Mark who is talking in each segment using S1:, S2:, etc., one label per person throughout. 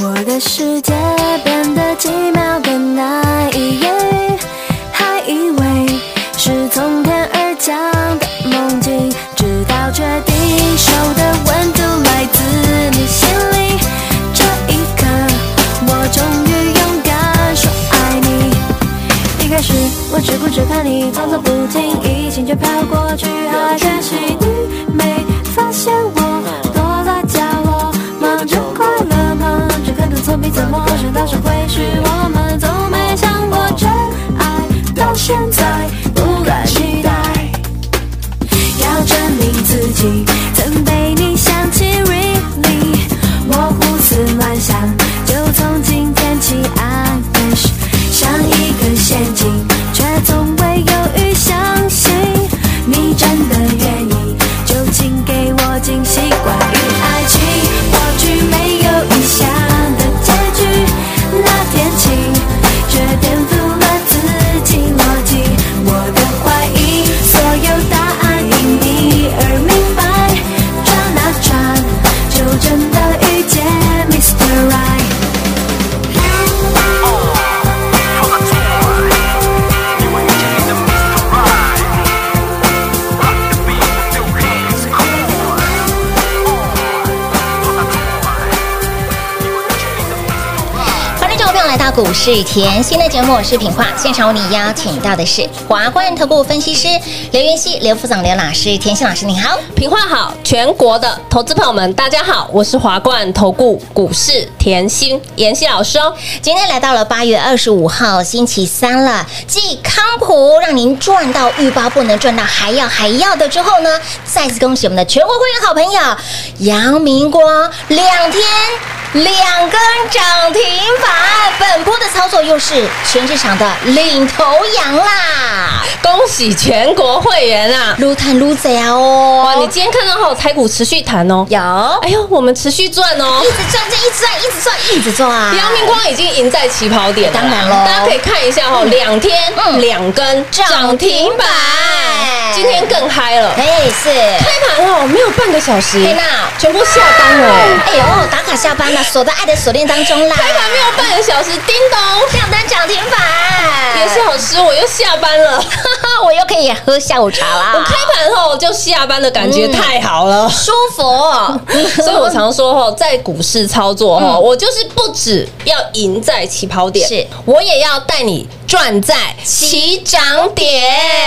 S1: 我的世界变得奇妙的那一夜，还以为是从天而降的梦境，直到确定手的温度来自你心里。这一刻，我终于勇敢说爱你。一开始我只顾着看你，装作不经意，情却飘过去，还可惜你没发现我躲在角落，忙着快乐，忙着看看错比怎么，想到谁会是我们，从没想过真爱到现在不敢期待。要证明自己曾被你想起，really，我胡思乱想，就从今天起爱开始，像一个陷阱，却从未犹豫相信你真的愿意，就请给我惊喜，关于爱情，或许没有预想的结局，那天起，却颠覆了自己逻辑，我的怀疑，所有答案因你而明白。转啊转，就真的遇见 Mr. Right。
S2: 欢迎各位朋友来到股市甜心的节目，我是品化，现场为你邀请到的是华冠投顾分析师刘元熙、刘副总、刘老师，甜心老师，你好。
S3: 平话好，全国的投资朋友们，大家好，我是华冠投顾股市甜心妍希老师哦。
S2: 今天来到了八月二十五号星期三了，继康普让您赚到欲罢不能、赚到还要还要的之后呢，再次恭喜我们的全国会员好朋友杨明光两天。两根涨停板，本波的操作又是全市场的领头羊啦，
S3: 恭喜全国会员啊！
S2: 撸探撸贼啊哦！
S3: 哇，你今天看到后台股持续弹哦，
S2: 有
S3: 哎呦，我们持续赚哦
S2: 一。直赚，就一直赚，一直赚，一直赚啊！
S3: 杨明光已经赢在起跑点了，
S2: 当然咯
S3: 大家可以看一下哦，两天
S2: 嗯
S3: 两根
S2: 涨
S3: 涨
S2: 停
S3: 停
S2: 板
S3: 板，今天更嗨了，
S2: 哎是，
S3: 开盘哦没有半个小时
S2: 黑，娜，
S3: 全部下单了，
S2: 哎呦，打卡下班了，锁在爱的锁链当中啦。
S3: 开盘没有半个小时，叮咚，
S2: 亮灯涨停板，
S3: 妍希老师，我又下班了。
S2: 我又可以喝下午茶啦。
S3: 我开盘后就下班的感觉
S2: 嗯
S3: 太好了，
S2: 舒服哦，
S3: 所以我常说吼，在股市操作吼，我就是不止要赢在起跑点，
S2: 是
S3: 我也要带你赚在起涨点，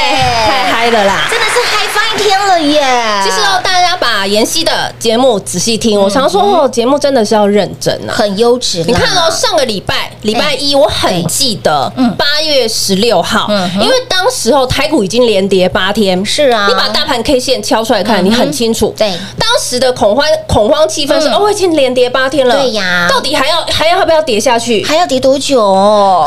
S3: 太嗨了啦！
S2: 真的是嗨翻天了耶！
S3: 其实哦，大家把妍希的节目仔细听，我常说哦，节目真的是要认真啊。
S2: 很优质啦，
S3: 你看哦，上个礼拜礼拜一我很记得
S2: 嗯，
S3: 八月十六号
S2: 嗯，哼
S3: 因为当时候台股已经连跌八天，
S2: 是啊嗯
S3: 你把大盘 K 线敲出来看，你很清楚，
S2: 对
S3: 当时的恐慌恐慌气氛是
S2: 嗯
S3: 哦，已经连跌八天了，
S2: 对呀
S3: 到底还要还要不要跌下去？
S2: 还要跌多久？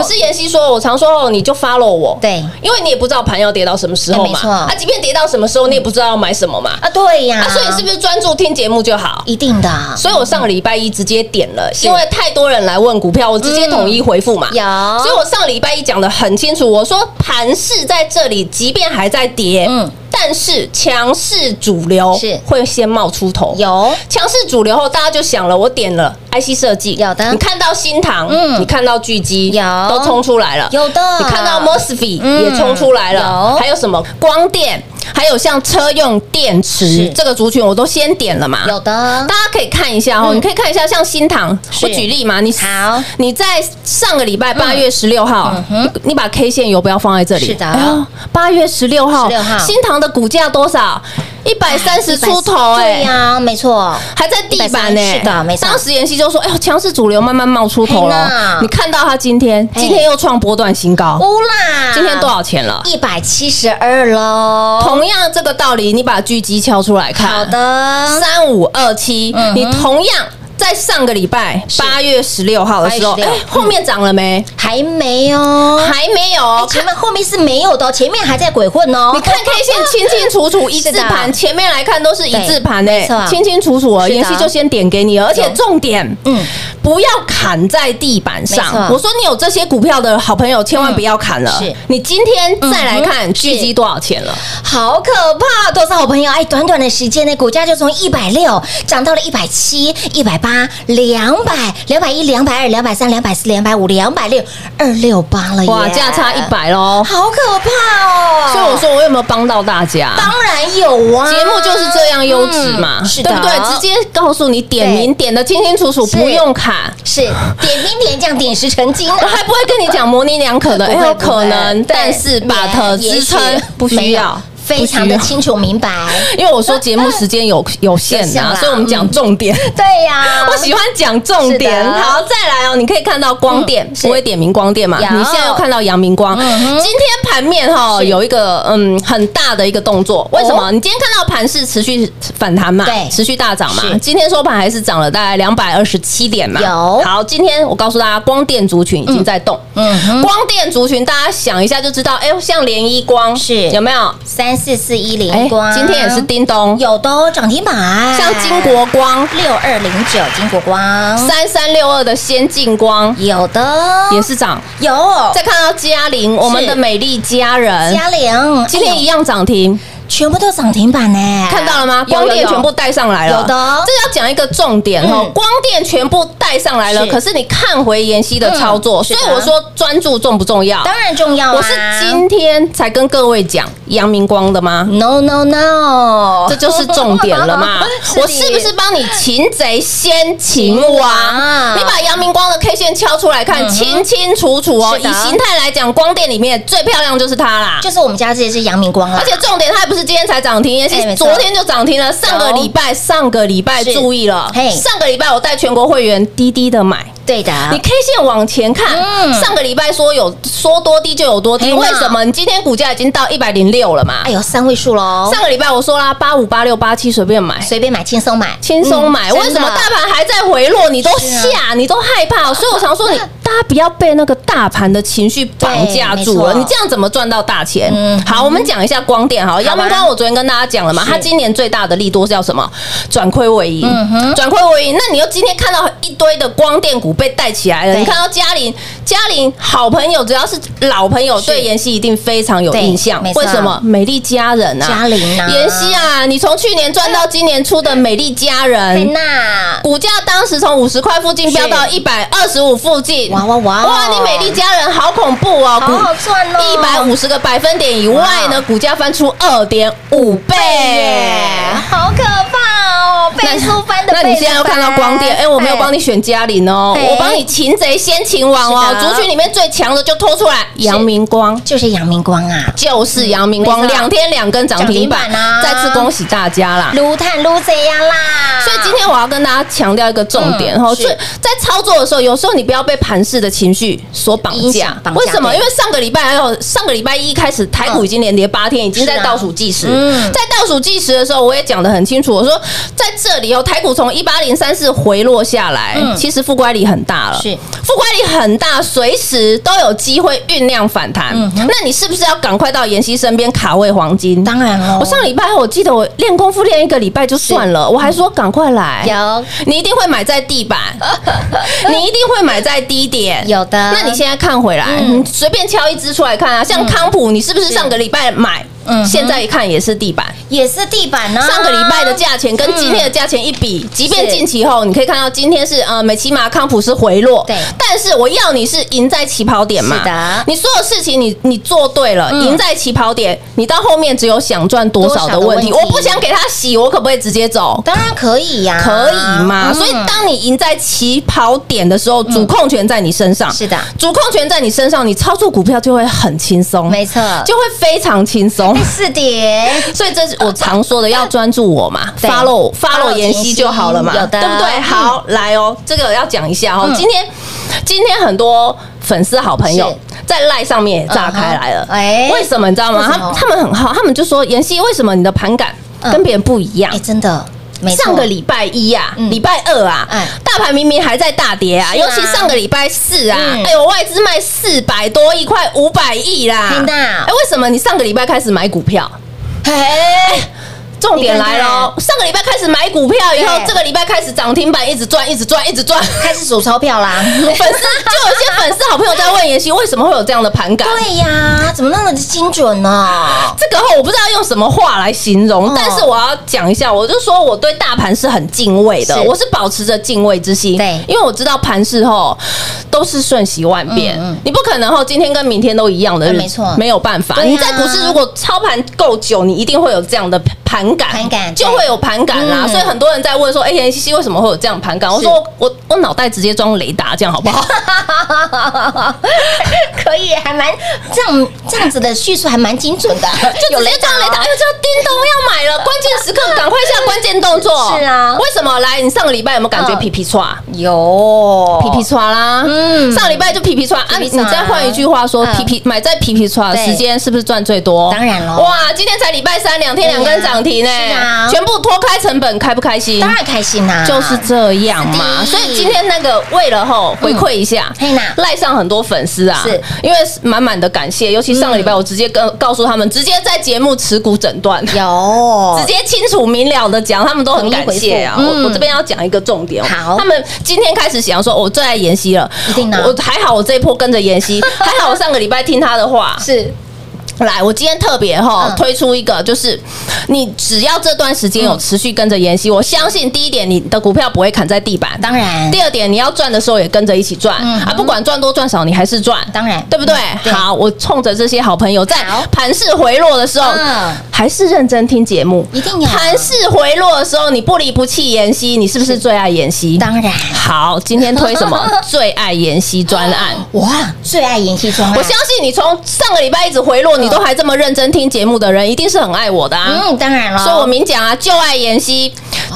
S3: 可是妍希说，我常说哦，你就 follow 我，
S2: 对
S3: 因为你也不知道盘要跌到什么时候
S2: 哎没
S3: 嘛，
S2: 错
S3: 啊，即便跌到什么时候，你也不知道要买什么嘛，
S2: 啊，嗯对呀，
S3: 啊，所以是不
S2: 是
S3: 是专注听节目就好？
S2: 一定的？
S3: 所以我上个礼拜一直接点了，因为太多人来问股票，我直接统一回复嘛。
S2: 嗯有
S3: 所以啊我上个礼拜一讲的很清楚，我说盘势在这里，即便还在跌，
S2: 嗯
S3: 嗯，但是强势主流
S2: 是
S3: 会先冒出头。
S2: 有
S3: 强势主流后，大家就想了，我点了 IC 设计，
S2: 有的
S3: 你看到新塘，
S2: 嗯
S3: 你看到巨基，
S2: 有
S3: 都冲出来了，
S2: 有的，
S3: 你看到 MOSFET
S2: 嗯
S3: 也冲出来
S2: 有
S3: 了，还有什么光电，还有像车用电
S2: 是
S3: 池这个族群，我都先点了嘛。
S2: 有的
S3: 大家可以看一下哦，
S2: 嗯
S3: 你可以看一下，像新塘，
S2: 是
S3: 我举例嘛，你
S2: 好
S3: 你在上个礼拜八月十六号
S2: 嗯，哼
S3: 你把 K 线游标放在这里，哎
S2: 是的
S3: 八月十六号，
S2: 16号
S3: 新塘的股价多少？一百三十出头
S2: 对
S3: 哎、
S2: 呀，没错，
S3: 还在地板呢、
S2: 130
S3: 哎
S2: 是的没错
S3: 当时妍希就说：“哎呦，强势主流慢慢冒出
S2: 嘿
S3: 头
S2: 哎呐
S3: 了。哎你看到它今天，今天又创波段新高，
S2: 乌啦，
S3: 今天多少钱了？
S2: 一百七十二喽。
S3: 同样这个道理，你把狙击敲出来看。
S2: 哦好的，
S3: 三五二七
S2: 嗯嗯哼，
S3: 你同样在上个礼拜八月十六号的时候，
S2: 8月16
S3: 哎，后面涨了没？
S2: 还没哦，
S3: 还没有。
S2: 前面后面是没有的哦，前面还在鬼混哦。
S3: 你看 K 线清清楚楚一
S2: 是
S3: 字
S2: 的
S3: 盘，前面来看都是一字盘
S2: 对没
S3: 诶
S2: 错，
S3: 清清楚楚哦。
S2: 是的
S3: 妍希就先点给你了，哦而且重点，
S2: 嗯
S3: 嗯，不要砍在地板
S2: 没
S3: 上。
S2: 错嗯
S3: 我说你有这些股票的好朋友，千万不要砍了
S2: 是。
S3: 你今天再来
S2: 嗯
S3: 看
S2: 哼
S3: 狙
S2: 是哎
S3: 击多少钱了？
S2: 好可怕，都是好朋友。哎，短短的时间内，股价就从一百六涨到了一百七、一百八、两百、两百一、两百二、两百三、两百四、两百五、两百六、二六八了耶！
S3: 哇，价差一，百喽！
S2: 好可怕哦！
S3: 所以我说我有没有帮到大家？
S2: 当然有啊，
S3: 节目就是这样优质嘛，
S2: 嗯是的，
S3: 对不对？直接告诉你点名，点的清清楚楚，
S2: 是
S3: 不用卡。
S2: 是点兵点将点石成金啊
S3: 我还不会跟你讲模棱两可的，
S2: 不会
S3: 哎有
S2: 不会
S3: 可能，
S2: 对
S3: 但是
S2: 也
S3: but
S2: 也许
S3: 支撑不
S2: 没
S3: 需
S2: 有
S3: 要，
S2: 非常的
S3: 不需要
S2: 清楚明白。
S3: 因为我说节目时间有有限啊
S2: 有限啦嗯
S3: 呐，所以我们讲重点。
S2: 对呀、
S3: 我喜欢讲重
S2: 是
S3: 点。
S2: 的
S3: 好，再来哦，你可以看到光电
S2: 嗯，是
S3: 不会点名光电嘛？
S2: 有
S3: 你现在又看到阳明光。
S2: 嗯哼
S3: 今天盘面哈
S2: 是哦
S3: 有一个嗯很大的一个动作，为什么？你今天看到盘是持续反弹嘛
S2: 对，
S3: 持续大涨嘛
S2: 是。
S3: 今天收盘还是涨了大概两百二十七点嘛。
S2: 有
S3: 好，今天我告诉大家，光电族群已经在动。
S2: 嗯哼，
S3: 光电族群，大家想一下就知道，哎呦，像联一光
S2: 是
S3: 有没有？
S2: 三四四一零光，
S3: 哎今天也是叮咚，
S2: 有的哦涨停板，
S3: 像金国光
S2: 六二零九金国光
S3: 三三六二的先进光
S2: 有的哦
S3: 也是涨。
S2: 有
S3: 再看到嘉玲，我们的美丽佳人，
S2: 哦嘉玲，
S3: 今天
S2: 哎呦
S3: 一样涨停，
S2: 全部都涨停板呢，
S3: 看到了吗？
S2: 哎有
S3: 光电
S2: 有
S3: 全部带上来了，
S2: 有的哦
S3: 这要讲一个重点哦
S2: 嗯，
S3: 光电全部带上来了，
S2: 是
S3: 可是你看回妍希的操作，
S2: 嗯是
S3: 所
S2: 的
S3: 以我说专注重不重要？
S2: 当然重要啊，
S3: 我是今天才跟各位讲阳明光的吗？
S2: no no no，
S3: 这就是重点了嘛！
S2: 是的
S3: 我是不是帮你擒贼先擒
S2: 擒
S3: 王
S2: 王？
S3: 你把阳明光的 K 线敲出来看，清清楚楚哦。
S2: 嗯是
S3: 以
S2: 的
S3: 形态来讲，光电里面最漂亮就是它啦。
S2: 就是我们家这只阳明光啊了，
S3: 而且重点，它还不是今天才涨停，也
S2: 哎没
S3: 是
S2: 错
S3: 昨天就涨停了。上个礼拜，上个礼拜
S2: 是
S3: 注意了
S2: 嘿，
S3: 上个礼拜我带全国会员低低的买。
S2: 对的，
S3: 你 K 线往前看，
S2: 嗯
S3: 上个礼拜说有说多低就有多
S2: 嘿
S3: 低，
S2: 呐
S3: 为什么？你今天股价已经到一百零六了嘛？
S2: 哎呦三位数喽，
S3: 上个礼拜我说啦，八五八六八七随便买。
S2: 随便买轻松买，
S3: 轻松买，
S2: 嗯
S3: 为什么大？盘还在回落，你都
S2: 是啊
S3: 吓，你都害怕？所以我常说你，大家不要被那个大盘的情绪绑架
S2: 对没
S3: 住了，
S2: 错
S3: 你这样怎么赚到大钱
S2: 嗯？
S3: 好，我们讲一下光电好了，
S2: 好啊
S3: 阳明光我昨天跟大家讲了嘛，
S2: 是
S3: 它今年最大的利多是叫什么？转亏为盈
S2: 嗯哼，
S3: 转亏为盈。那你又今天看到一堆的光电股被带起来了，
S2: 对
S3: 你看到嘉玲，嘉玲好朋友，只要是老朋友，
S2: 是
S3: 对妍希一定非常有
S2: 对
S3: 印象
S2: 没。错
S3: 为什么？美丽佳人啊，
S2: 嘉玲啊
S3: 妍希啊，你从去年赚到今年初的美丽佳
S2: 天
S3: 人，
S2: 呐，
S3: 股价当时从五十块附近飙到一百二十五附近，
S2: 哇哇哇
S3: 哇，你美丽佳人好恐怖哦，
S2: 好好赚哦，
S3: 一百五十个百分点以外
S2: 哇
S3: 呢，股价翻出二点五倍
S2: 耶，好可怕哦，倍数翻的倍数翻。
S3: 那你现在又看到光电，哎，我没有帮你选嘉玲哦，
S2: 哎
S3: 我帮你擒贼先擒王哦
S2: 是，的
S3: 族群里面最强的就拖出来，阳明光。
S2: 就是阳明光啊，
S3: 就是阳明光
S2: 没错
S3: 两天两根涨停板
S2: 涨停板啊
S3: 再次恭喜大家啦！
S2: 撸碳撸这样啦。
S3: 所以今天我要跟大家强调一个重点
S2: 啊嗯
S3: 哈，
S2: 是
S3: 所以在操作的时候，有时候你不要被盘势的情绪所绑
S2: 影
S3: 架
S2: 响绑。架
S3: 为什么？
S2: 对
S3: 因为上个礼拜还有上个礼拜一开始，台股已经连跌八天，已经在
S2: 是啊
S3: 倒数计时。
S2: 嗯
S3: 在倒数计时的时候，我也讲得很清楚，我说在这里哦，台股从一八零三四回落下来
S2: 嗯，
S3: 其实负乖离很大了，
S2: 是
S3: 负乖离很大，随时都有机会酝酿反弹
S2: 嗯。哼
S3: 那你是不是要赶快到妍希身边卡位黄金？
S2: 当然喽，
S3: 我上礼拜我记得我练功夫练一个礼拜就算了，我还说赶快来，
S2: 有
S3: 你一定会买在地 板，你一定会买在低点。
S2: 有的，
S3: 那你现在看回来，
S2: 嗯
S3: 你随便敲一只出来看啊，像康普，你是不是上个礼拜买
S2: 嗯哼？
S3: 现在看也是地板，
S2: 也是地板呢，啊
S3: 上个礼拜的价钱跟今天的价钱一比，即便近期后你可以看到今天是呃美琪玛康普是回落，
S2: 对
S3: 但是我要你是赢在起跑点嘛，
S2: 是的
S3: 你所有事情你你做对了，
S2: 嗯
S3: 赢在起跑点，你到后面只有想赚多少的问题，
S2: 多少的问
S3: 我
S2: 题
S3: 不想给他洗，我可不可以直接走？
S2: 当然可以呀，
S3: 可以吗？
S2: 嗯
S3: 所以当你赢在起跑点的时候，主控权在你身上。
S2: 是的
S3: 主控权在你身上，你操作股票就会很轻松，
S2: 没错
S3: 就会非常轻松。
S2: 哦
S3: 哦。
S2: 哎四点，
S3: 所以这是我常说的，要专注我嘛
S2: 对
S3: ，follow follow
S2: follow
S3: 妍希就好了嘛，
S2: 妍希有的
S3: 对不对？
S2: 嗯
S3: 好，来哦，这个要讲一下哦。
S2: 嗯
S3: 今天今天很多粉丝好朋友在赖上面也炸开来了
S2: 嗯哼，哎
S3: 为什么你知道吗？
S2: 为什么
S3: 他他们很好，他们就说妍希，为什么你的盘感
S2: 嗯
S3: 跟别人不一样
S2: 哎，？真的，没错
S3: 上个礼拜一啊，
S2: 嗯
S3: 礼拜二啊
S2: 哎，
S3: 大盘明明还在大跌啊，
S2: 是
S3: 尤
S2: 啊
S3: 其上个礼拜四啊
S2: 嗯，
S3: 哎呦，外资卖四百多亿，快五百亿啦！
S2: 听到
S3: 哎，为什么你上个礼拜开始买股票？
S2: 哎，
S3: 重点来喽！上个礼拜开始买股票以后
S2: 对，
S3: 这个礼拜开始涨停板，一直赚，一直赚，一直赚。
S2: 开始数钞票啦。
S3: 粉丝就有些粉丝好朋友在问妍希，为什么会有这样的盘感？
S2: 对呀，怎么那么精准呢？
S3: 这个话我不知道用什么话来形容，
S2: 嗯
S3: 但是我要讲一下，我就说我对大盘是很敬畏的，
S2: 是
S3: 我是保持着敬畏之心，
S2: 对
S3: 因为我知道盘势吼都是瞬息万变，
S2: 嗯嗯
S3: 你不可能吼今天跟明天都一样的日
S2: 哎
S3: 子，
S2: 没错
S3: 没有办法。
S2: 对啊
S3: 你在股市如果操盘够久，你一定会有这样的盘感，
S2: 盘感
S3: 就会有盘感啦。
S2: 嗯
S3: 所以很多人在问说，哎、妍希为什么会有这样盘感？我说我我我脑袋直接装雷达，这样好不好？
S2: 可以，还蛮这样这样子的叙述还蛮精准 的，
S3: 就直接
S2: 啊
S3: 撞雷达，又叫叮咚要买了，关键时刻赶快下关键动作。
S2: 是啊
S3: 为什么？来，你上个礼拜有没有感觉
S2: 嗯
S3: 皮皮刷？
S2: 有
S3: 皮皮刷啦，
S2: 哦嗯
S3: 嗯，上礼拜就皮皮刷啊！
S2: 皮
S3: 你
S2: 皮刷
S3: 再换一句话说，
S2: 嗯
S3: 皮皮买在皮皮刷的
S2: 对
S3: 时间是不是赚最多？
S2: 当然咯
S3: 哇，今天才礼拜三，两天两
S2: 对呀
S3: 根涨停呢
S2: 是啊，
S3: 全部脱开成本，开不开心？
S2: 当然开心啦，
S3: 就是这样嘛。
S2: 是
S3: 所
S2: 的
S3: 以今天那个为了吼回馈一下
S2: 嘿呐，
S3: 赖上很多粉丝啊，
S2: 是嗯
S3: 因为满满的感谢，尤其上个礼拜我直接跟告诉他们，直接在节目持股诊断。
S2: 有
S3: 直接清楚明了的讲，他们都很感谢啊！
S2: 哦统一回复嗯
S3: 我我这边要讲一个重点哦，
S2: 好
S3: 他们今天开始想说，哦我最爱妍希了，
S2: 一定的啊
S3: 我还好，我这一波跟着妍 希，还好我上个礼拜听她的话，
S2: 是
S3: 来，我今天特别哈、
S2: 嗯
S3: 推出一个，就是你只要这段时间有持续跟着妍希，我相信第一点，你的股票不会砍在地板。
S2: 当然
S3: 第二点，你要赚的时候也跟着一起赚、
S2: 嗯
S3: 啊，不管赚多赚少，你还是赚，
S2: 当然嗯
S3: 对不对？
S2: 对
S3: 好，我冲着这些好朋友，在
S2: 好
S3: 盘势回落的时候，
S2: 嗯
S3: 还是认真听节目。
S2: 一定要
S3: 盘势回落的时候，你不离不弃妍希，你是不是最爱妍希？
S2: 当然
S3: 好，今天推什 么最爱妍希专案？
S2: 哇，最爱演戏装啊，
S3: 我相信你从上个礼拜一直回落，你都还这么认真听节目的人，一定是很爱我的啊。
S2: 嗯，当然了，
S3: 所以我明讲啊，就爱妍希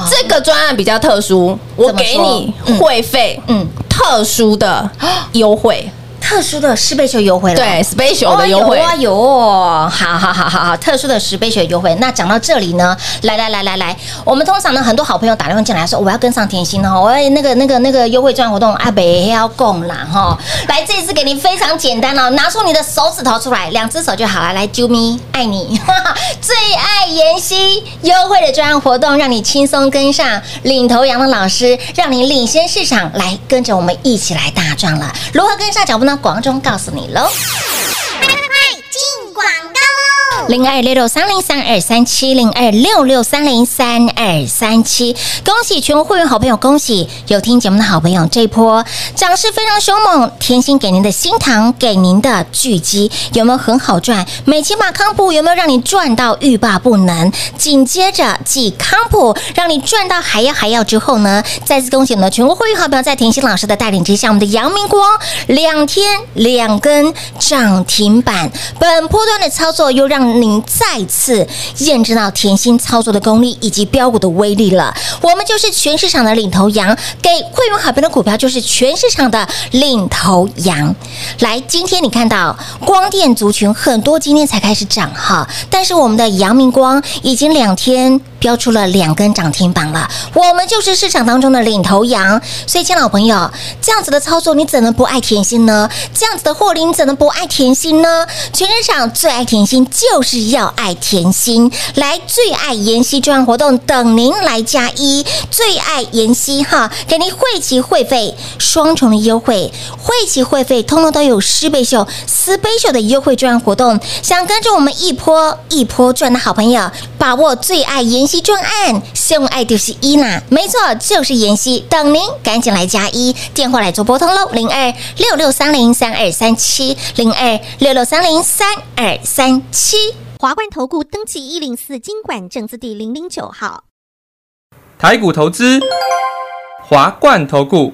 S3: 这个专案比较特殊，我
S2: 怎么
S3: 给
S2: 说
S3: 你
S2: 嗯
S3: 会费，
S2: 嗯
S3: 嗯，特殊的优 惠，
S2: 特殊的十倍就优惠了，
S3: 对
S2: 哦。
S3: ，special 的优惠
S2: 有。啊有哦，好好好好好，特殊的十倍学优惠。那讲到这里呢，来来来来来，我们通常呢，很多好朋友打电话进来说，我要跟上甜心哦，我要那个那个那个优惠券活动啊，北要供啦哈。来，这一次给你非常简单哦，拿出你的手指头出来，两只手就好了。来，啾咪，爱你， 哈哈最爱妍希优惠的专案活动，让你轻松跟上，领头羊的老师，让你领先市场，来跟着我们一起来大赚了。如何跟上脚步呢？广中告诉你喽。零二六六三零三二三七零二六六三零三二三七。恭喜全国会员好朋友，恭喜有听节目的好朋友，这一波涨势非常凶猛，甜心给您的新塘，给您的巨基有没有很好赚？美琪玛康普有没有让你赚到欲罢不能？紧接着继康普让你赚到还要还要之后呢，再次恭喜我们的全国会员好朋友，在甜心老师的带领之下，我们的阳明光两天两根涨停板，本波段的操作又让您再次验证到甜心操作的功力以及标股的威力了。我们就是全市场的领头羊，给会员好评的股票就是全市场的领头羊。来，今天你看到光电族群很多今天才开始涨哈，但是我们的阳明光已经两天标出了两根涨停板了，我们就是市场当中的领头羊。所以，亲老朋友，这样子的操作你怎能不爱甜心呢？这样子的获利你怎能不爱甜心呢？全市场最爱甜心就是要爱甜心，来最爱妍希专案活动等您来加一，最爱妍希哈，给您汇集会费双重的优惠，汇集会费通通都有十倍秀、四倍秀的优惠专案活动，想跟着我们一波一波赚的好朋友，把握最爱妍希专案，用爱就是一啦，没错，就是妍希，等您赶紧来加一，电话来做拨通喽，零二六六三零三二三七，零二六六三零三二三七。
S4: 华冠投顾登记一零四经管证字第零零九号。
S5: 台股投资，华冠投顾。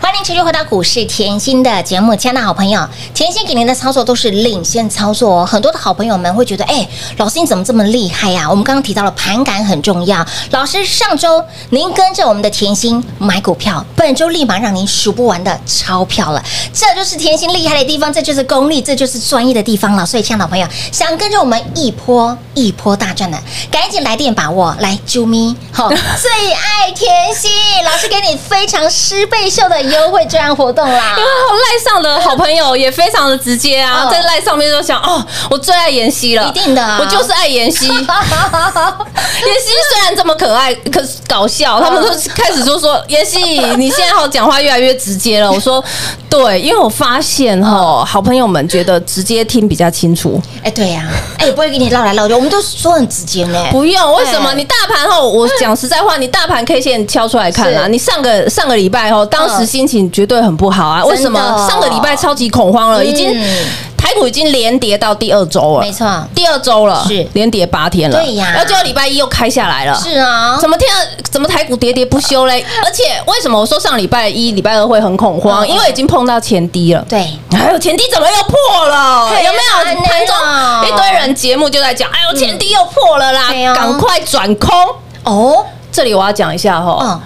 S2: 欢迎持续回到股市甜心的节目，亲爱的好朋友，甜心给您的操作都是领先操作哦。很多的好朋友们会觉得，哎，老师你怎么这么厉害呀、我们刚刚提到了盘感很重要，老师上周您跟着我们的甜心买股票，本周立马让您数不完的钞票了。这就是甜心厉害的地方，这就是功力，这就是专业的地方了。所以，亲爱的朋友，想跟着我们一波一波大赚的，赶紧来电把握，来啾咪， 好、最爱甜心，老师给你非常十倍秀的优惠专案活动 啦
S3: 因！为赖上的好朋友也非常的直接啊，
S2: 嗯
S3: 在赖上面就想哦，我最爱妍希了，
S2: 一定的啊
S3: 我就是爱 妍希。妍希虽然这么可爱，可是搞笑，
S2: 啊
S3: 他们都开始就说妍希，你现在好讲话越来越直接了。我说对，因为我发现
S2: 啊
S3: 哈，好朋友们觉得直接听比较清楚。
S2: 哎，对呀、 哎，不会给你绕来绕去，我们都说很直接呢。
S3: 不用，为什么？
S2: 哎
S3: 你大盘后，我讲实在话，你大盘 K 线敲出来看啦、
S2: 是
S3: 你上个上个礼拜后，当时心情绝对很不好啊。为什么
S2: 嗯真的哦？
S3: 上个礼拜超级恐慌了，
S2: 嗯
S3: 已经台股已经连跌到第二周了
S2: 没，错，
S3: 第二周了，
S2: 是
S3: 连跌八天了。
S2: 对呀
S3: 然后结果礼拜一又开下来了。
S2: 是啊，
S3: 怎么天啊？怎么台股喋喋不休嘞？而且为什么我说上礼拜一、礼拜二会很恐
S2: 嗯
S3: 慌？
S2: 嗯
S3: 因为已经碰到前低了。
S2: 对，
S3: 哎呦，前低怎么又破了？
S2: 对啊
S3: 有没
S2: 安
S3: 有
S2: 内
S3: 盘
S2: 啊
S3: 中一堆人节目就在讲，哎呦，前低又破了啦
S2: 对啊，
S3: 赶快转空。
S2: 哦，
S3: 这里我要讲一下哈
S2: 嗯，，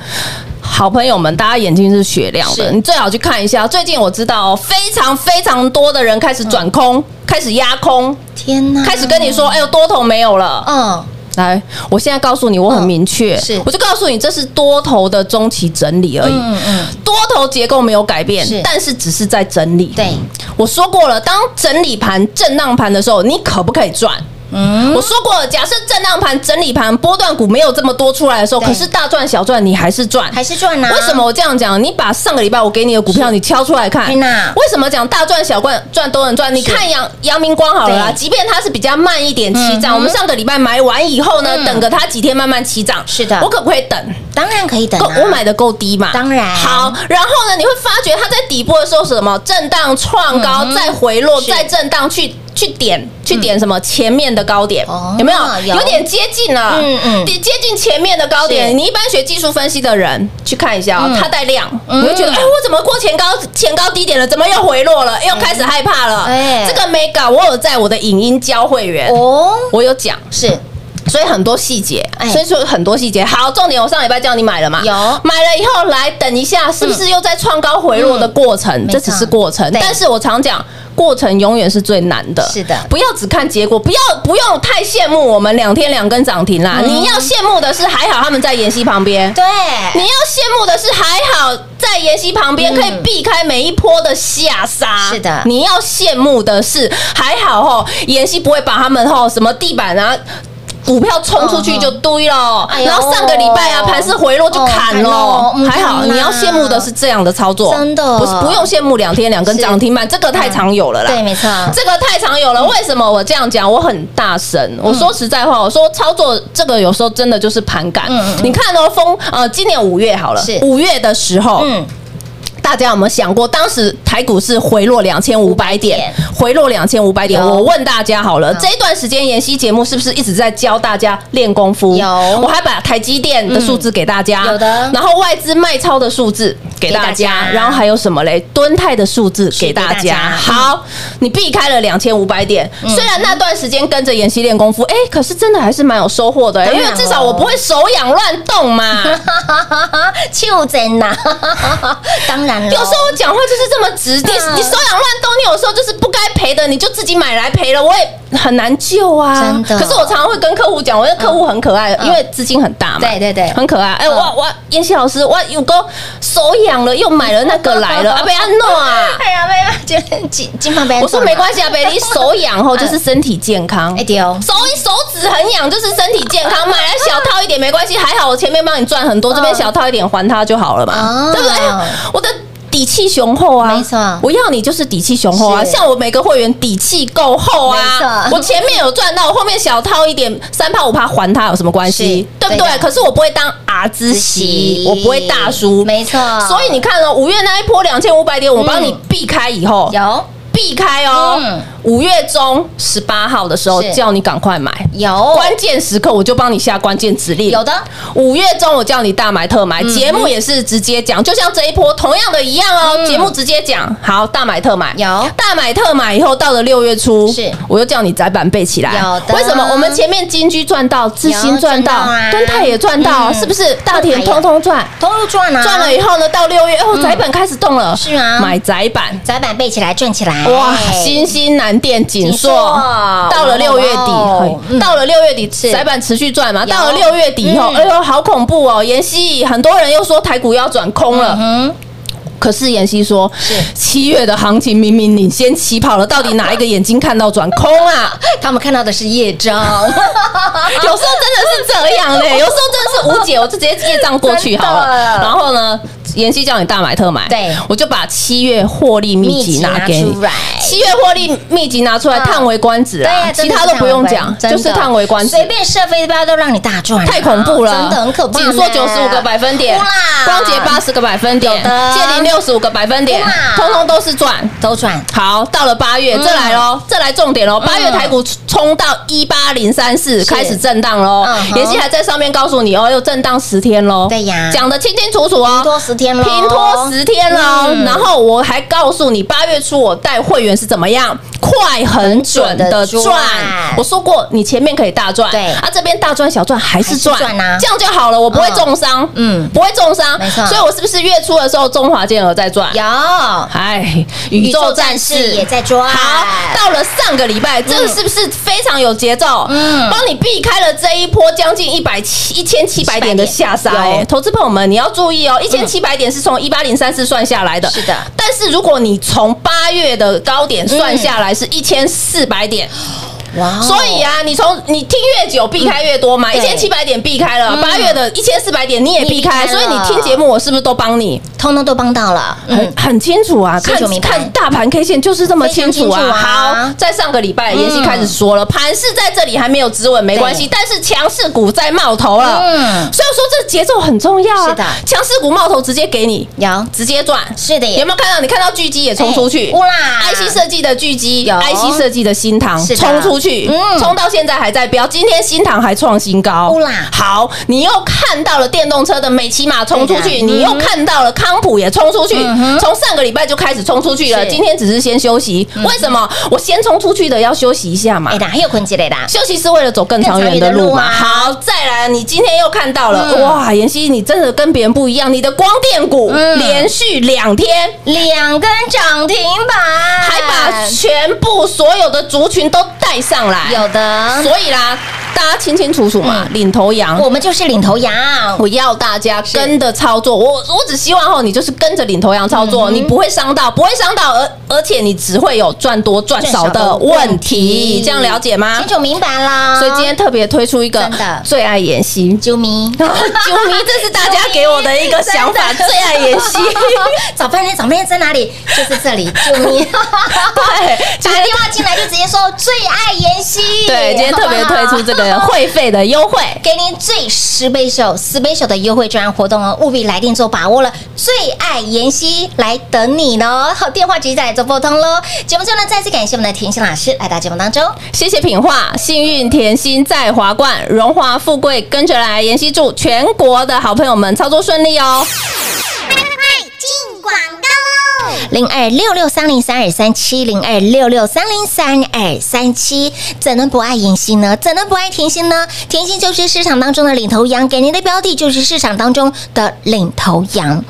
S3: 好朋友们，大家眼睛是雪亮
S2: 是
S3: 的，你最好去看一下。最近我知道哦非常非常多的人开始转空，开始压空，
S2: 天哪，
S3: 开始跟你说，哎呦，多头没有了。
S2: 嗯，
S3: 来，我现在告诉你，我很明确，
S2: 嗯是
S3: 我就告诉你，这是多头的中期整理而已。
S2: 嗯嗯
S3: 多头结构没有改变
S2: 是，
S3: 但是只是在整理。
S2: 对，
S3: 我说过了，当整理盘、震荡盘的时候，你可不可以赚？
S2: 嗯，
S3: 我说过了，假设震荡盘、整理盘、波段股没有这么多出来的时候，
S2: 对
S3: 可是大赚小赚你还是赚。
S2: 还是赚啊？
S3: 为什么？我这样讲？你把上个礼拜我给你的股票你敲出来看
S2: 天哪，
S3: 为什么讲大赚小赚赚都能赚？你看阳阳明光好了啦，
S2: 对
S3: 即便它是比较慢一点起
S2: 嗯哼
S3: 涨，我们上个礼拜买完以后呢，
S2: 嗯
S3: 等个它几天慢慢起涨，
S2: 是的
S3: 我可不可以等？
S2: 当然可以等
S3: 够
S2: 啊，
S3: 我买的够低嘛？
S2: 当然
S3: 好，然后呢，你会发觉它在底部的时候什么震荡创高，再回落，
S2: 嗯是
S3: 再震荡去。去点去点什么前面的高点
S2: 哦
S3: 有没有
S2: 有
S3: 有点接近了？
S2: 嗯嗯
S3: 接接近前面的高
S2: 是嗯
S3: 点。你一般学技术分析的人去看一下哦，它带量，你会觉得哎，我怎么过前高前高低点了？怎么又回落了？又开始害怕了
S2: 哎？
S3: 这个没搞，我有在我的影音教会员，
S2: 哦，
S3: 我有讲，
S2: 是
S3: 所以很多细节
S2: 哎
S3: 所以说很多细节。好，重点我上礼拜叫你买了嘛，
S2: 有
S3: 买了以后来等一下，是不是又在创高回落的过程？
S2: 嗯没
S3: 这
S2: 错
S3: 只是过程，
S2: 对
S3: 但是我常讲。过程永远是最难的，
S2: 是的
S3: 不要只看结果，不要不用太羡慕我们两天两根涨停
S2: 嗯
S3: 啦。你要羡慕的是，还好他们在妍希旁边，
S2: 对，
S3: 你要羡慕的是，还好在妍希旁
S2: 嗯
S3: 边可以避开每一波的下杀。
S2: 是的
S3: 你要羡慕的是，还好吼，妍希不会把他们吼什么地板啊。股票冲出去就堆了，
S2: 嗯哎呦
S3: 然后上个礼拜啊盘势回落就
S2: 哦
S3: 砍了，
S2: 砍咯嗯
S3: 还好
S2: 天哪
S3: 你要羡慕的是这样的操作，
S2: 真的
S3: 不是不用羡慕两天两根
S2: 是嗯
S3: 涨停板，这个太常有了啦。
S2: 对，没错，
S3: 这个太常有了。为什么我这样讲？我很大声。我说实在话，我说操作这个有时候真的就是盘感
S2: 嗯嗯。
S3: 你看哦，风呃，今年五月好了
S2: 是，
S3: 五月的时候，
S2: 嗯，
S3: 大家有没有想过，当时台股是回落两千五百点，回落两千五百点。
S2: 有嗯
S3: 我问大家好了，这一段时间妍希节目是不是一直在教大家练功夫？
S2: 有嗯
S3: 我还把台积电的数字给大家，
S2: 有的
S3: 然后外资卖超的数字给大
S2: 给大
S3: 家
S2: 家，
S3: 然后还有什么嘞？敦泰的数字给大
S2: 给大家嗯
S3: 家。好，你避开了两千五百点，虽然那段时间跟着妍希练功夫，哎，可是真的还是蛮有收获的，
S2: 当
S3: 因
S2: 然
S3: 为至少我不会手痒乱动嘛。
S2: 就真呐， 当然了，
S3: 啊有时候我讲话就是这么直，你
S2: 啊嗯
S3: 你手痒乱动，你有时候就是不该赔的，你就自己买来赔了，我也很难救啊。
S2: 真的
S3: 可是我常常会跟客户讲，我的客户很可爱，
S2: 嗯
S3: 因为资金很大嘛。
S2: 对对对
S3: 很可爱。哎，
S2: 嗯
S3: 我我妍希老师，我有个手痒了，又买了那个来
S2: 嗯
S3: 了，啊，被他弄啊。
S2: 哎呀，没办法，就金金发白，
S3: 我说没关系啊，贝你手痒后就是身体健康
S2: 哎。丢，
S3: 手手指很痒，就是身体健
S2: 嗯
S3: 康，买来小套一点没关系，还好我前面帮你赚很多，这边小套一点还他就好了嘛
S2: 哦，
S3: 对不对？我的。底气雄厚啊，
S2: 没错
S3: 我要你就是底气雄厚啊。
S2: 是
S3: 像我每个会员底气够厚啊
S2: 没，错
S3: 我前面有赚到，我后面小套一点，三趴五趴还他有什么关系
S2: 是？
S3: 对不
S2: 对
S3: 对？
S2: 的
S3: 可是我不会当阿之
S2: 子媳，
S3: 席我不会大叔，
S2: 没错
S3: 所以你看哦，五月那一波两千五百点，我帮你
S2: 嗯
S3: 避开以后，
S2: 有
S3: 避开哦
S2: 嗯。
S3: 五、月中十八号的时候，
S2: 是
S3: 叫你赶快买。
S2: 有
S3: 关键时刻我就帮你下关键指令。
S2: 有的，
S3: 五月中我叫你大买特
S2: 嗯
S3: 买，节目也是直接讲，就像这一波同样的一样哦，节目直接讲。好，大买特买
S2: 嗯有
S3: 大买特买以后，到了六月初，
S2: 是
S3: 我又叫你窄板背起来。
S2: 有的
S3: 为什么？我们前面金居赚到，智新
S2: 有
S3: 赚到
S2: 赚到啊，
S3: 敦泰也赚到，
S2: 嗯
S3: 是不是？大
S2: 哎
S3: 田
S2: 呀
S3: 通通赚。
S2: 投入赚啊，
S3: 赚了以后呢，到六月哦，
S2: 嗯
S3: 窄板开始动了，
S2: 是啊
S3: 买窄板。
S2: 窄板背起来赚起来，
S3: 哇，新兴南电紧
S2: 哦紧
S3: 缩
S2: 缩，
S3: 到了六月底
S2: 哇哦，
S3: 嘿
S2: 嗯
S3: 到了六月底，
S2: 是
S3: 窄板持续赚嘛？
S2: 有
S3: 到了六月底以后，
S2: 嗯
S3: 哎呦，好恐怖哦！妍希，很多人又说台股要转空了。
S2: 嗯，
S3: 可是妍希说，七月的行情明明领先起跑了，到底哪一个眼睛看到转空啊？
S2: 他们看到的是业 障，
S3: 有时候真的是这 样嘞，有时候真的是无解，我就直接业障过去好
S2: 真的
S3: 了。然后呢，妍希叫你大买特买，
S2: 对
S3: 我就把七月获利秘籍拿给
S2: 秘籍拿
S3: 你
S2: 出来。
S3: 七月获利秘籍拿出来，
S2: 嗯
S3: 叹为观止啊，
S2: 真
S3: 其
S2: 的
S3: 他都不用讲，
S2: 真
S3: 就
S2: 的
S3: 是叹为观止
S2: 随。便射飞镖都让你大赚啊，
S3: 太恐怖了，
S2: 真的很可怕呢，哎
S3: 紧缩九十五个百分点
S2: 哇，
S3: 光洁八十个百分点，
S2: 有的
S3: 界零六十五个百分点
S2: 哇，
S3: 通通都是赚。
S2: 都赚，
S3: 好，到了八
S2: 嗯
S3: 月，这来喽，这来重点喽。八月台股冲到一八零三四，开始震荡喽
S2: 嗯。哼
S3: 妍希还在上面告诉你哦，又震荡十天喽。
S2: 对呀
S3: 讲的清清楚楚
S2: 拼
S3: 哦。
S2: 多十天喽，
S3: 平拖十天喽，
S2: 嗯
S3: 然后我还告诉你，八月初我带会员是怎么样快很准的
S2: 很准地
S3: 赚
S2: 赚。
S3: 我说过，你前面可以大赚，
S2: 对
S3: 啊，这边大赚小赚还是赚
S2: 还是赚啊
S3: 这样就好了，我不会
S2: 嗯
S3: 重伤，
S2: 嗯
S3: 不会重伤，
S2: 没错
S3: 所以我是不是月初的时候，中华健儿在赚？
S2: 有
S3: 哎，宇宙战士
S2: 也在嗯抓，
S3: 好，到了上个礼拜，这个是不是非常有节奏？嗯
S2: 嗯，
S3: 帮你避开了这一波将近一百七一千七百点的下杀、
S2: 有嗯
S3: 哎，投资朋友们你要注意哦，一千七百点是从一八零三四算下来的，
S2: 是的
S3: 但是如果你从八月的高点算下来是一千四百点，
S2: 嗯
S4: 嗯
S2: 哇哦
S3: 所以啊，你从你听越久避开越多嘛，一
S2: 对
S3: 千七百点避开了，八月的一千四百点你也避
S2: 嗯
S3: 开，
S2: 你避开了
S3: 所以你听节目我是不是都帮你？
S2: 通通都帮到了，
S3: 很
S2: 嗯，
S3: 很清楚啊，
S2: 清
S3: 看
S2: 楚明白
S3: 看大盘 K 线就是这么清楚
S2: 非常
S3: 啊。
S2: 清楚啊
S3: 好，在上个礼拜妍希开始说了，盘是在这里还没有止稳，没关系，但是强势股在冒头了。
S2: 嗯
S3: 所以我说这节奏很重要啊。
S2: 是的
S3: 强势股冒头直接给你，
S2: 有
S3: 直接赚。
S2: 是的耶
S3: 有没有看到？你看到巨基也冲出去
S4: 啊
S2: 哎，哇
S3: ，IC 设计的巨基
S2: 有
S3: ，IC 设计的新塘
S2: 是的
S3: 冲出出去，
S4: 嗯
S3: 冲到现在还在飙，今天新塘还创新高
S4: 呼啦
S3: 好，你又看到了电动车的美骑马冲出
S4: 对
S3: 去，
S4: 的嗯
S3: 你又看到了康普也冲出去，从上个礼拜就开始冲出去了，
S4: 是嗯
S3: 今天只是先休息，为什么？我先冲出去的要休息一下嘛
S4: 哎，。哪还有困起来的？
S3: 休息是为了走更长远的路嘛。
S4: 更长远的路啊
S3: 好，再来，你今天又看到了，
S4: 嗯
S3: 哇，妍希，你真的跟别人不一样，你的光电股
S4: 嗯
S3: 连续两天。
S4: 两根涨停板，
S3: 还把全部所有的族群都带上来，
S4: 有的，
S3: 所以啦，大家清清楚楚嘛，领头羊。
S4: 我们就是领头羊。
S3: 我要大家跟着操作，我我只希望哦，你就是跟着领头羊操
S4: 嗯
S3: 作，你不会伤到，不会伤到，而而且你只会有赚多赚少
S4: 赚少
S3: 的
S4: 的问
S3: 问
S4: 题
S3: 题，这样了解吗
S4: 清？楚明白啦，
S3: 所以今天特别推出一个
S4: 真的
S3: 最爱妍希，
S4: 啾咪，
S3: 救迷，这是大家给我的一个想法，最爱妍希，
S4: 找半天找半天在哪里？就是这里，啾
S3: 对，
S4: 咪，打电话进来就直接说最爱妍希，
S3: 对，今天特别推出这 个会费的优惠，
S4: 给您最 special special 的优惠专案活动哦，务必来电做把握了。最爱妍希来等你呢，好，电话直接来做拨通喽。节目最后呢，再次感谢我们的甜心老师来到节目当中，
S3: 谢谢品画，幸运甜心在华冠，荣华富贵跟着来。妍希祝全国的好朋友们操作顺利哦。
S4: 零二六六三零三二三七零二六六三零三二三七，怎能不爱妍希呢？怎能不爱甜心呢？甜心就是市场当中的领头羊，给您的标的就是市场当中的领头羊，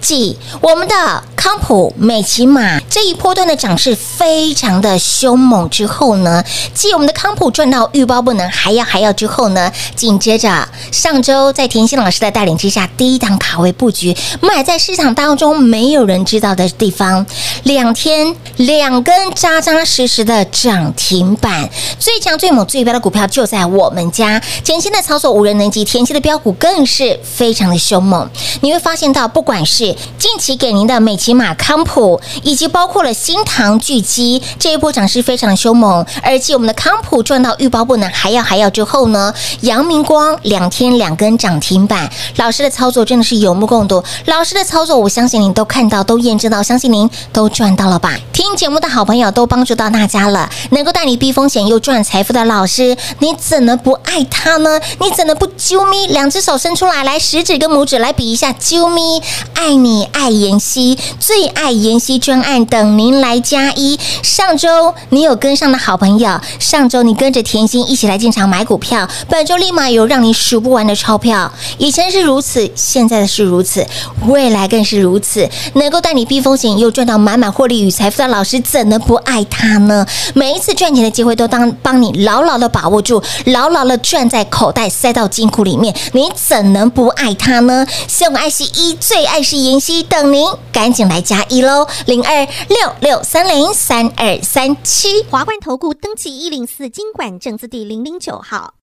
S4: 即我们的康普、美骑马这一波段的涨势非常的凶猛之后呢，继我们的康普赚到欲包不能还要还要之后呢，紧接着上周在甜心老师的带领之下，低档卡位布局，买在市场当中没有人知道的地方，两天两根扎扎实实的涨停板，最强最猛最标的股票就在我们家，甜心的操作无人能及，甜心的标股更是非常的凶猛，你会发现到不管是近期给您的美骑马康普，以及包括了新唐巨基这一波涨势非常的凶猛，而且我们的康普赚到欲罢不能，还要还要之后呢，阳明光两天两根涨停板，老师的操作真的是有目共睹，老师的操作我相信您都看到，都验证到，相信您都赚到了吧？听节目的好朋友都帮助到大家了，能够带你避风险又赚财富的老师，你怎能不爱他呢？你怎能不啾咪？两只手伸出来，来食指跟拇指来比一下，啾咪，爱你爱妍希，最爱妍希专案等您来加一。上周你有跟上的好朋友，上周你跟着甜心一起来进场买股票，本周立马有让你数不完的钞票。以前是如此，现在是如此，未来更是如此。能够带你避风险又赚到满满获利与财富的老师，怎能不爱他呢？每一次赚钱的机会都当帮你牢牢的把握住，牢牢的攥在口袋，塞到金库里面，你怎能不爱他呢？相爱是一，最爱是妍希，等您赶紧来加一喽，零二六六三零三二三七。
S6: 华冠投顾登记一零四经管证字第零零九号。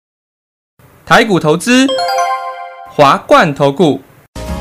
S7: 台股投资，华冠投顾。